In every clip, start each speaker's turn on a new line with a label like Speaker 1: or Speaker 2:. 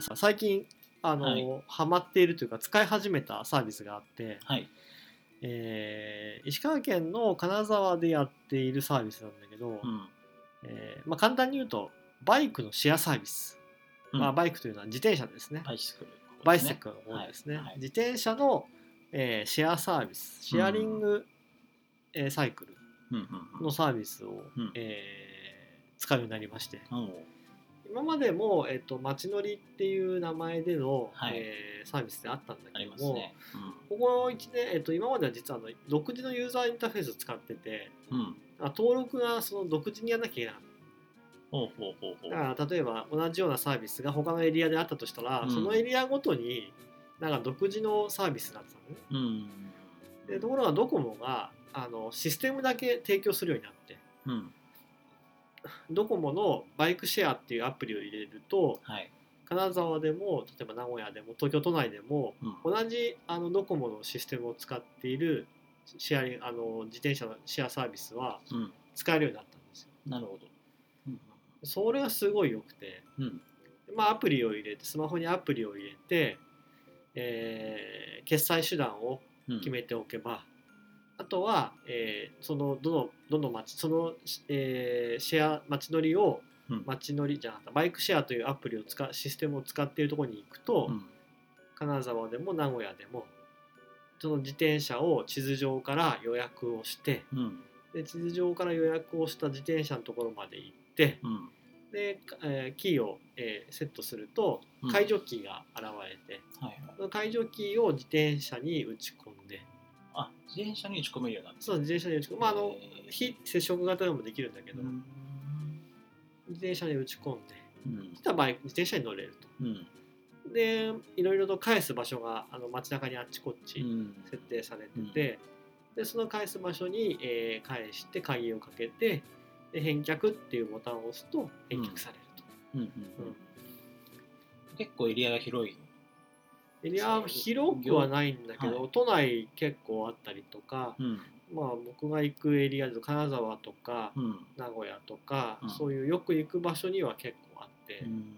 Speaker 1: さ最近あの、
Speaker 2: はい
Speaker 1: ハマっているというか使い始めたサービスがあって、
Speaker 2: はい。
Speaker 1: えー石川県の金沢でやっているサービスなんだけど、
Speaker 2: うん。
Speaker 1: えーまあ、簡単に言うとバイクのシェアサービス、
Speaker 2: うん
Speaker 1: まあ、バイクというのは自転車ですね、
Speaker 2: バイシクルの方ですね。
Speaker 1: バイセクのものですね、
Speaker 2: はいはい
Speaker 1: 自転車の、えーシェアサービスシェアリング、えーサイクル
Speaker 2: うん
Speaker 1: のサービスを、
Speaker 2: うん
Speaker 1: えー使うようになりまして
Speaker 2: うんうん。おう
Speaker 1: 今までも、えっと街乗りっていう名前での、
Speaker 2: はい
Speaker 1: えーサービスであったんだけ
Speaker 2: あり
Speaker 1: ど
Speaker 2: ます
Speaker 1: も、
Speaker 2: ね。
Speaker 1: ここ1年、えっと今までは実はあの独自のユーザーインターフェースを使ってて
Speaker 2: うん。うん。
Speaker 1: あ登録がその独自にやらなきゃいけなかった
Speaker 2: ほうほうほうほう。
Speaker 1: だから例えば同じようなサービスが他のエリアであったとしたら、
Speaker 2: うん
Speaker 1: そのエリアごとになんか独自のサービスになってたのね
Speaker 2: うん。
Speaker 1: でところがドコモがあのシステムだけ提供するようになって
Speaker 2: うん。
Speaker 1: ドコモのバイクシェアっていうアプリを入れると
Speaker 2: はい。
Speaker 1: 金沢でも例えば名古屋でも東京都内でも
Speaker 2: うん。
Speaker 1: 同じあのドコモのシステムを使っているシェアリンあの自転車のシェアサービスは
Speaker 2: うん。
Speaker 1: 使えるようになったんですよ。
Speaker 2: なるほど。うん
Speaker 1: それがすごい良くて、
Speaker 2: うん。
Speaker 1: まあ、アプリを入れてスマホにアプリを入れて、えー決済手段を
Speaker 2: うん。
Speaker 1: 決めておけば、あとは、えーそのどのどの町その、えーシェア町乗りを
Speaker 2: うん。
Speaker 1: 町乗りじゃなかったバイクシェアというアプリを使システムを使っているところに行くと、
Speaker 2: うん。
Speaker 1: 金沢でも名古屋でもその自転車を地図上から予約をして
Speaker 2: うん。
Speaker 1: で地図上から予約をした自転車のところまで行って
Speaker 2: うん。
Speaker 1: で、えーキーを、えーセットすると
Speaker 2: うん
Speaker 1: 解。除キーが現れて、
Speaker 2: はいはい。
Speaker 1: その解除キーを自転車に打ち込んで
Speaker 2: あ、自転車に打ち込めるようになった。
Speaker 1: そう自転車に打ち込む、まあ、あの
Speaker 2: えー
Speaker 1: 非接触型でもできるんだけ
Speaker 2: う
Speaker 1: ど、
Speaker 2: ん。
Speaker 1: 自転車に打ち込んで
Speaker 2: うん
Speaker 1: そし。たらバイク自転車に乗れると
Speaker 2: うん。
Speaker 1: でいろいろと返す場所があの街中にあっちこっち、
Speaker 2: うん
Speaker 1: 設定されてて、でその返す場所に、えー返して鍵をかけてで返却っていうボタンを押すと返却されると、
Speaker 2: うんうんうん結構エリアが広い。
Speaker 1: エリアは広くはないんだけど、
Speaker 2: は
Speaker 1: 都内結構あったりとか、
Speaker 2: うん。
Speaker 1: まあ、僕が行くエリアだと金沢とか
Speaker 2: うん。
Speaker 1: 名古屋とか、
Speaker 2: うん
Speaker 1: そういうよく行く場所には結構あって、
Speaker 2: うん。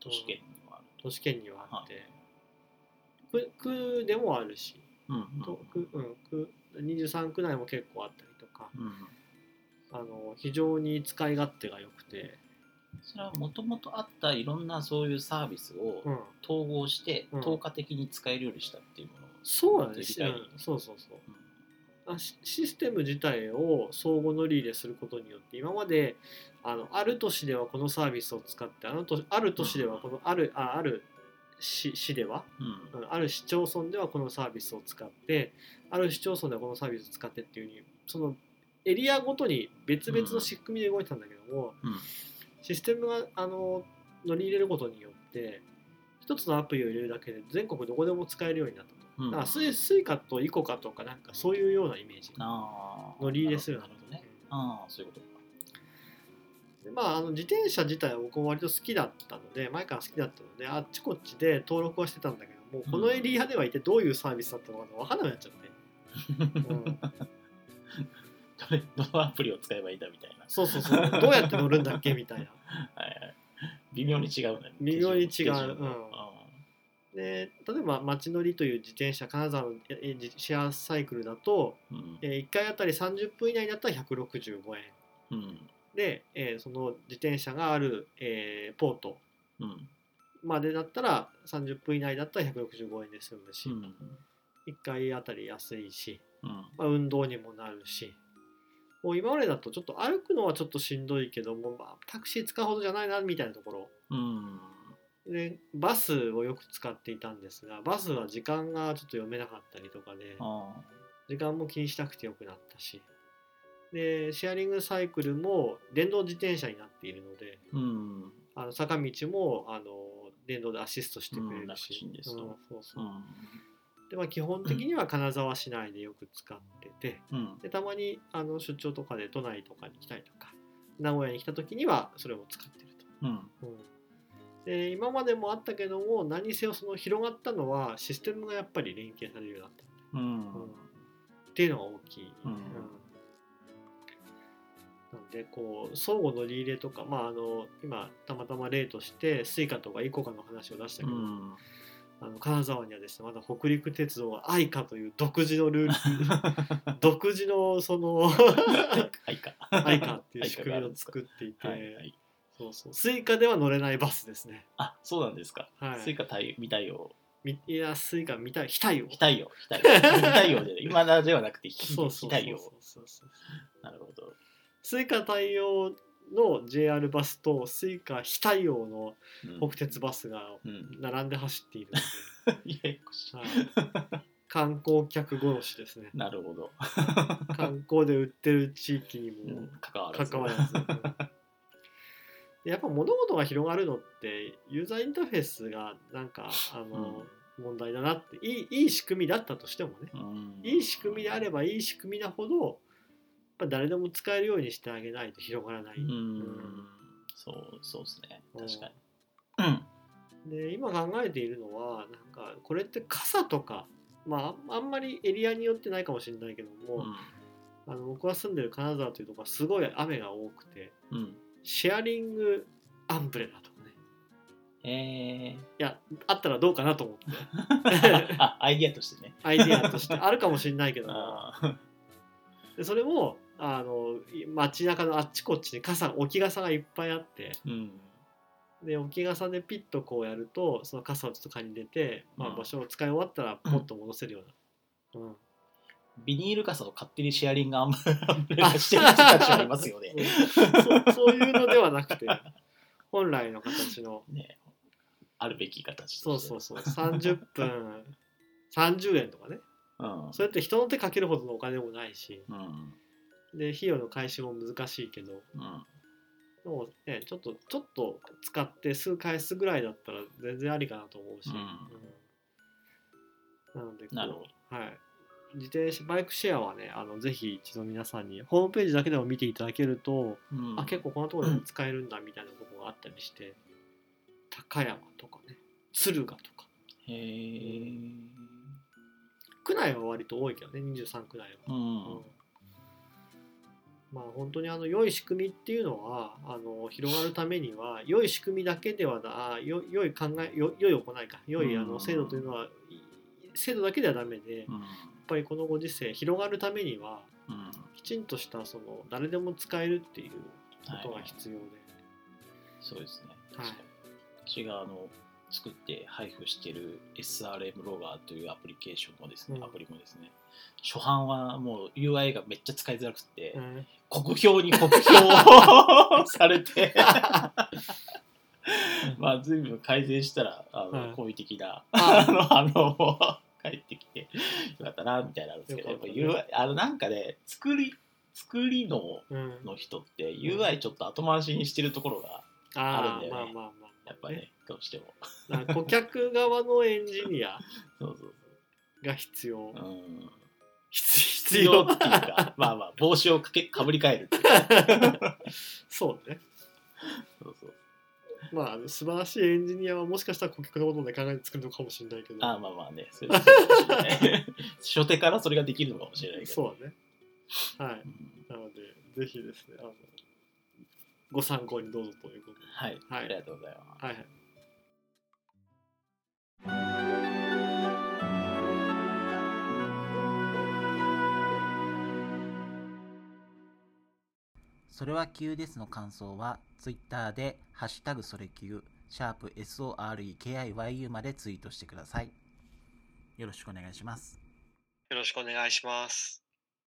Speaker 2: 都市圏にはある。
Speaker 1: 都市圏にはあって、区区でもあるし、
Speaker 2: うんうん。
Speaker 1: と区うん、区23区内も結構あったりとか。
Speaker 2: うん。
Speaker 1: あの非常に使い勝手が良くて、
Speaker 2: それはもともとあったいろんなそういうサービスを
Speaker 1: うん、
Speaker 2: 統合して
Speaker 1: うん
Speaker 2: 透過的に使えるようにしたっていうもの、
Speaker 1: そうなんです
Speaker 2: 実際
Speaker 1: よ、
Speaker 2: に
Speaker 1: うんそうそうそうあシシステム自体を相互乗り入れすることによって今まであのある都市ではこのサービスを使ってあの都ある都市ではこのあるあある市市では
Speaker 2: うん
Speaker 1: うんある市町村ではこのサービスを使ってある市町村ではこのサービスを使ってっていうふうにそのエリアごとに別々の仕組みで動いてたんだけども、
Speaker 2: うん
Speaker 1: システムがあの乗り入れることによって一つのアプリを入れるだけで全国どこでも使えるようになったと、
Speaker 2: うん
Speaker 1: だからスイスイカとイコカとかなんかそういうようなイメージ
Speaker 2: あー
Speaker 1: 乗り入れする
Speaker 2: な
Speaker 1: な
Speaker 2: る
Speaker 1: る
Speaker 2: ほ
Speaker 1: ほど
Speaker 2: どね
Speaker 1: ね
Speaker 2: ああそういうことか
Speaker 1: でまああの自転車自体は僕も割と好きだったので前から好きだったのであっちこっちで登録はしてたんだけどもうこのエリアでは一体どういうサービスだったのか分からなくなっちゃって、うん、
Speaker 2: どれどのアプリを使えばいいんだみたいな
Speaker 1: そうそうそうどうやって乗るんだっけみ たいな
Speaker 2: はいはい微妙に違うね
Speaker 1: 微妙に違う
Speaker 2: 手順手順
Speaker 1: うん
Speaker 2: あ
Speaker 1: で例えば街乗りという自転車金沢のええシェアサイクルだと、
Speaker 2: ーうん
Speaker 1: え1回あたり30分以内だったら165円
Speaker 2: うん
Speaker 1: で、えーその自転車がある、えーポート
Speaker 2: うん
Speaker 1: までだったら30分以内だったら165円で済むし、
Speaker 2: うん
Speaker 1: 1回あたり安いし、
Speaker 2: うん
Speaker 1: まあ、運動にもなるしもう今までだとちょっと歩くのはちょっとしんどいけども、まあ、タクシー使うほどじゃないなみたいなところ
Speaker 2: うん
Speaker 1: でバスをよく使っていたんですがバスは時間がちょっと読めなかったりとかで
Speaker 2: あ
Speaker 1: 時間も気にしなくてよくなったしでシェアリングサイクルも電動自転車になっているので
Speaker 2: ーうん
Speaker 1: あの坂道もあの電動でアシストしてくれるし、
Speaker 2: うん楽ちんですよ
Speaker 1: うんそうそううんでまあ、基本的には金沢市内でよく使ってて
Speaker 2: うん
Speaker 1: でたまにあの出張とかで都内とかに来たりとか名古屋に来た時にはそれも使ってると。
Speaker 2: うん
Speaker 1: うんで今までもあったけども何せよその広がったのはシステムがやっぱり連携されるようになった
Speaker 2: うん
Speaker 1: っていうのが大きい、
Speaker 2: うん
Speaker 1: うんなんでこう相互のリーレとか、まあ、あの今たまたま例としてスイカとかイコカの話を出したけ
Speaker 2: う
Speaker 1: ど、
Speaker 2: ん、
Speaker 1: あの金沢にはですねまだ北陸鉄道は愛華という独自のルール 独自のその
Speaker 2: はいか。
Speaker 1: 愛華っていう仕組みを作っていて、
Speaker 2: はいはい。
Speaker 1: そうそうスイカでは乗れないバスですね。
Speaker 2: あ、そうなんですか。
Speaker 1: はい、
Speaker 2: スイカ対見たいよ。
Speaker 1: みいやスイカ見たい非対応
Speaker 2: 非対応。非対応。非対応で、今だではなくて、非
Speaker 1: そうそうそう
Speaker 2: 非対応。
Speaker 1: そうそう
Speaker 2: なるほど。
Speaker 1: スイカ対応の JR バスとスイカ非対応の
Speaker 2: うん
Speaker 1: 北鉄バスが
Speaker 2: うん。
Speaker 1: 並んで走っているので、
Speaker 2: ややこしい
Speaker 1: はい 観光客殺しですね
Speaker 2: なるほど。
Speaker 1: 観光で売ってる地域に
Speaker 2: う
Speaker 1: も
Speaker 2: ん関わらず。
Speaker 1: 関わらず、 でやっぱ物事が広がるのってユーザーインターフェースがなんかあの、問題だなっていいいい仕組みだったとしてもね
Speaker 2: うん
Speaker 1: いい仕組みであればいい仕組みなほどやっぱ誰でも使えるようにしてあげないと広がらない、
Speaker 2: うん。そう、そうですね。確かに。
Speaker 1: で今考えているのはなんかこれって傘とかまああんまりエリアによってないかもしれないけど
Speaker 2: う
Speaker 1: も、
Speaker 2: ん。
Speaker 1: あの僕が住んでる金沢というとこはすごい雨が多くて
Speaker 2: うん。うん。
Speaker 1: シェアリングアンブレラとかね
Speaker 2: え
Speaker 1: いやあったらどうかなと思って
Speaker 2: ー、あ、アイディアとしてね。
Speaker 1: アイデアと してあるかもしれないけども
Speaker 2: あー
Speaker 1: でそれもあの街中のあっちこっちに傘置き傘がいっぱいあって
Speaker 2: うん。
Speaker 1: で置き傘でピッとこうやるとその傘をちょっと借り入れて、ま
Speaker 2: う
Speaker 1: あ、
Speaker 2: ん
Speaker 1: 場所を使い終わったらポッと戻せるような、うん、
Speaker 2: ビニール傘を勝手にシェアリング アンブレラしてる人たちもいますよね。
Speaker 1: そうそうそういうのではなくて本来の形の
Speaker 2: ねあるべき形
Speaker 1: そうそうそう30分30円とかね
Speaker 2: う。うん。
Speaker 1: それって人の手かけるほどのお金もないし
Speaker 2: うん。
Speaker 1: で費用の回収も難しいけど
Speaker 2: うん。
Speaker 1: でもねちょっとちょっと使ってすぐ返すぐらいだったら全然ありかなと思うし、
Speaker 2: うん
Speaker 1: うんなのでこう
Speaker 2: なるほ
Speaker 1: はい自転車バイクシェアはねあのぜひ一度皆さんにホームページだけでも見ていただけると
Speaker 2: うん、
Speaker 1: あ結構このところでも使えるんだみたいなとこがあったりして高山とかね敦賀とか
Speaker 2: へえ。
Speaker 1: 区内は割と多いけどね23区内
Speaker 2: う
Speaker 1: は、
Speaker 2: ん。
Speaker 1: まあ本当にあの良い仕組みっていうのはあの広がるためには良い仕組みだけではなあよ良い考えよ良い行いか良いあ
Speaker 2: う
Speaker 1: の
Speaker 2: ん
Speaker 1: 制度というのはい制度だけではダメでやっ
Speaker 2: うん。
Speaker 1: ぱりこのご時世広がるためには
Speaker 2: うん。
Speaker 1: きちんとしたその誰でも使えるっていうこと
Speaker 2: は
Speaker 1: が
Speaker 2: い。
Speaker 1: 必要で、
Speaker 2: そうですね。
Speaker 1: はい
Speaker 2: 私があの作って配布している SRM ロガーというアプリケーションもですね、
Speaker 1: うん
Speaker 2: アプリもですね、初版はもう UI がめっちゃ使いづらくて、
Speaker 1: うん
Speaker 2: 国評に国評をさ れて、まあ随分改善したらあの、
Speaker 1: うん
Speaker 2: 好意的な
Speaker 1: あ
Speaker 2: あの反応も返ってきてよかったなみたいなのあるんですけど、
Speaker 1: よ
Speaker 2: や
Speaker 1: か
Speaker 2: っ
Speaker 1: ったね
Speaker 2: ぱ UI あのなんかね作り作りの
Speaker 1: うん、
Speaker 2: の人って UI ちょっと後回しにしてるところが
Speaker 1: あー
Speaker 2: あるんだ
Speaker 1: まあまあ
Speaker 2: よね
Speaker 1: まあまあ
Speaker 2: やっぱねどうしても
Speaker 1: なんか顧客側のエンジニア
Speaker 2: そうそう
Speaker 1: が必要
Speaker 2: そう、うん、
Speaker 1: 必
Speaker 2: 必要っていうかまあまあ帽子をかけかぶり替えるっていう か
Speaker 1: そうね
Speaker 2: そうそう
Speaker 1: まああの素晴らしいエンジニアはもしかしたら顧客のことで考えて作るのかもしれないけど
Speaker 2: ああまあまあねそれはそうかもしれない 初手からそれができるのかもしれないけど
Speaker 1: そうねはい
Speaker 2: うん
Speaker 1: なのでぜひですねあのご参考にどうぞということで
Speaker 2: はい、
Speaker 1: はい
Speaker 2: ありがとうございます
Speaker 1: はいはい
Speaker 3: それは急ですの感想は、ツイッターで、ハッシュタグそれ急、シャープ SOREKIYU までツイートしてください。よろしくお願いします。
Speaker 1: よろしくお願いします